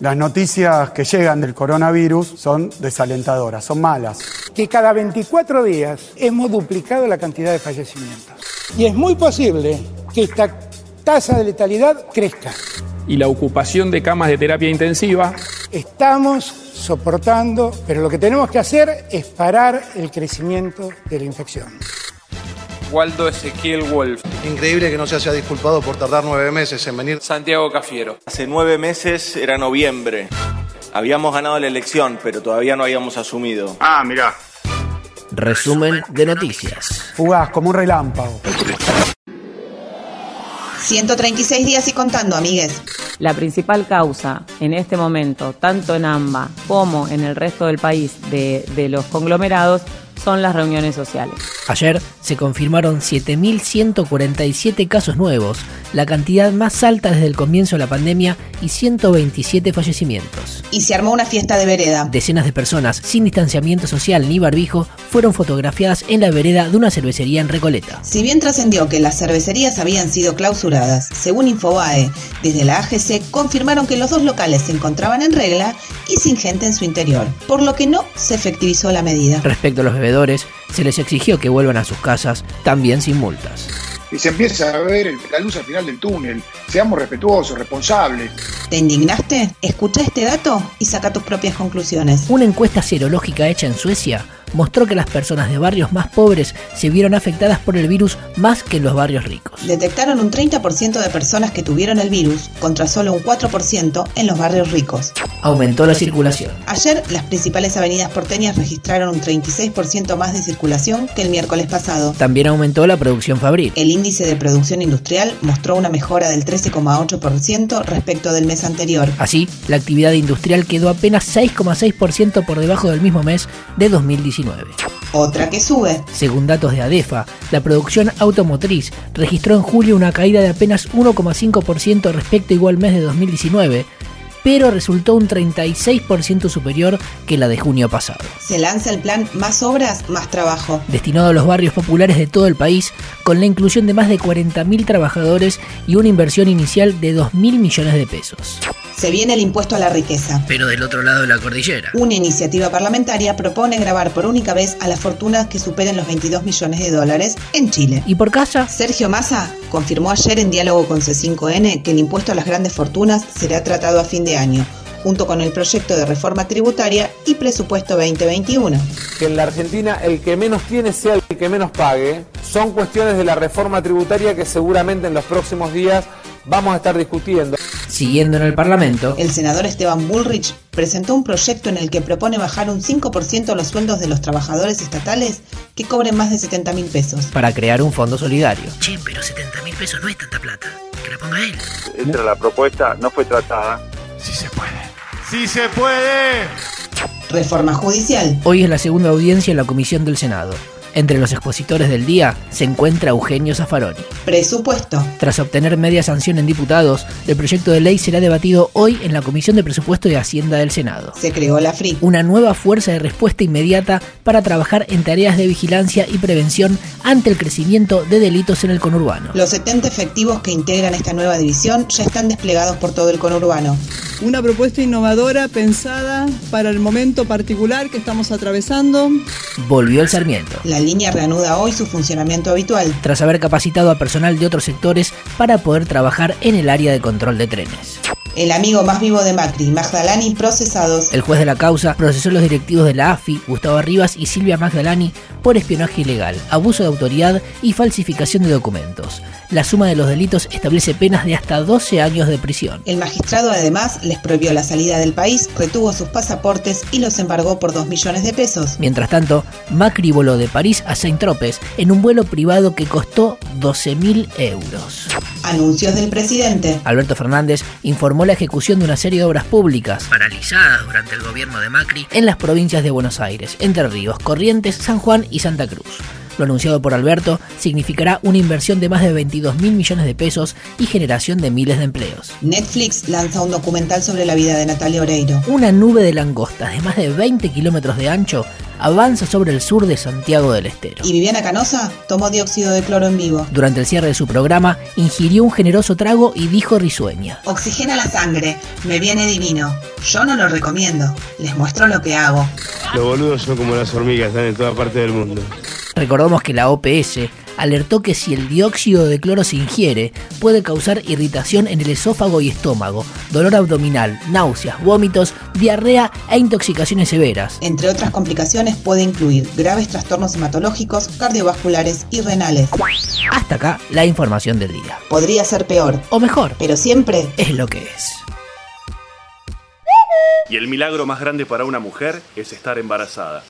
Las noticias que llegan del coronavirus son desalentadoras, son malas. que cada 24 días hemos duplicado la cantidad de fallecimientos. Y es muy posible que esta tasa de letalidad crezca. y la ocupación de camas de terapia intensiva. Estamos soportando, pero lo que tenemos que hacer es parar el crecimiento de la infección. Waldo Ezequiel Wolf, Increíble que no se haya disculpado por tardar nueve meses en venir. Santiago Cafiero, Hace nueve meses era noviembre. Habíamos ganado la elección, pero todavía no habíamos asumido. Ah, mirá. Resumen de noticias. Fugaz, como un relámpago. 136 días y contando, amigues. La principal causa en este momento, tanto en AMBA como en el resto del país de, de los conglomerados, son las reuniones sociales. Ayer se confirmaron 7.147 casos nuevos, la cantidad más alta desde el comienzo de la pandemia y 127 fallecimientos. Y se armó una fiesta de vereda. Decenas de personas sin distanciamiento social ni barbijo fueron fotografiadas en la vereda de una cervecería en Recoleta. Si bien trascendió que las cervecerías habían sido clausuradas, según Infobae, desde la AGC confirmaron que los dos locales se encontraban en regla y sin gente en su interior, por lo que no se efectivizó la medida. Respecto a los bebedores, se les exigió que vuelvan a sus casas, también sin multas. Y se empieza a ver el- la luz al final del túnel. Seamos respetuosos, responsables. ¿Te indignaste? Escucha este dato y saca tus propias conclusiones. Una encuesta serológica hecha en Suecia mostró que las personas de barrios más pobres se vieron afectadas por el virus más que en los barrios ricos. Detectaron un 30% de personas que tuvieron el virus contra solo un 4% en los barrios ricos. Aumentó la circulación. Ayer, las principales avenidas porteñas registraron un 36% más de circulación que el miércoles pasado. También aumentó la producción fabril. El índice de producción industrial mostró una mejora del 13,8% respecto del mes anterior. Así, la actividad industrial quedó apenas 6,6% por debajo del mismo mes de 2019. Otra que sube. Según datos de ADEFA, la producción automotriz registró en julio una caída de apenas 1,5% respecto a igual mes de 2019, pero resultó un 36% superior que la de junio pasado. Se lanza el plan Más obras, más trabajo. destinado a los barrios populares de todo el país, con la inclusión de más de 40.000 trabajadores y una inversión inicial de 2.000 millones de pesos. Se viene el impuesto a la riqueza. Pero del otro lado de la cordillera. Una iniciativa parlamentaria propone grabar por única vez a las fortunas que superen los 22 millones de dólares en Chile. ¿Y por casa? Sergio Massa confirmó ayer en diálogo con C5N que el impuesto a las grandes fortunas será tratado a fin de año, junto con el proyecto de reforma tributaria y presupuesto 2021. que en la Argentina el que menos tiene sea el que menos pague, son cuestiones de la reforma tributaria que seguramente en los próximos días vamos a estar discutiendo. Siguiendo en el Parlamento, El senador Esteban Bullrich presentó un proyecto en el que propone bajar un 5% los sueldos de los trabajadores estatales que cobren más de 70 mil pesos. para crear un fondo solidario. Che, pero 70.000 pesos no es tanta plata. Que la ponga él. Entra la propuesta, no fue tratada. Reforma judicial. Hoy es la segunda audiencia en la Comisión del Senado. Entre los expositores del día se encuentra Eugenio Zaffaroni. Presupuesto. Tras obtener media sanción en diputados, el proyecto de ley será debatido hoy en la Comisión de Presupuesto y Hacienda del Senado. Se creó la FRI. una nueva fuerza de respuesta inmediata para trabajar en tareas de vigilancia y prevención ante el crecimiento de delitos en el conurbano. Los 70 efectivos que integran esta nueva división ya están desplegados por todo el conurbano. Una propuesta innovadora pensada para el momento particular que estamos atravesando. Volvió el Sarmiento. La línea reanuda hoy su funcionamiento habitual. tras haber capacitado a personal de otros sectores para poder trabajar en el área de control de trenes. El amigo más vivo de Macri, Magdalani, procesados. El juez de la causa procesó a los directivos de la AFI, Gustavo Rivas y Silvia Magdalani, por espionaje ilegal, abuso de autoridad y falsificación de documentos. La suma de los delitos establece penas de hasta 12 años de prisión. El magistrado además les prohibió la salida del país, retuvo sus pasaportes y los embargó por 2 millones de pesos. Mientras tanto, Macri voló de París a Saint-Tropez en un vuelo privado que costó 12.000 euros. Anuncios del presidente. Alberto Fernández informó la ejecución de una serie de obras públicas paralizadas durante el gobierno de Macri en las provincias de Buenos Aires, Entre Ríos, Corrientes, San Juan y Santa Cruz. Lo anunciado por Alberto significará una inversión de más de 22 mil millones de pesos y generación de miles de empleos. Netflix lanza un documental sobre la vida de Natalia Oreiro. Una nube de langostas de más de 20 kilómetros de ancho avanza sobre el sur de Santiago del Estero. Y Viviana Canosa tomó dióxido de cloro en vivo. Durante el cierre de su programa, ingirió un generoso trago y dijo risueña. Oxigena la sangre, me viene divino. Yo no lo recomiendo, les muestro lo que hago. Los boludos son como las hormigas, están en toda parte del mundo. Recordamos que la OPS alertó que si el dióxido de cloro se ingiere, puede causar irritación en el esófago y estómago, dolor abdominal, náuseas, vómitos, diarrea e intoxicaciones severas. Entre otras complicaciones puede incluir graves trastornos hematológicos, cardiovasculares y renales. Hasta acá la información del día. Podría ser peor o mejor, pero siempre es lo que es. Y el milagro más grande para una mujer es estar embarazada.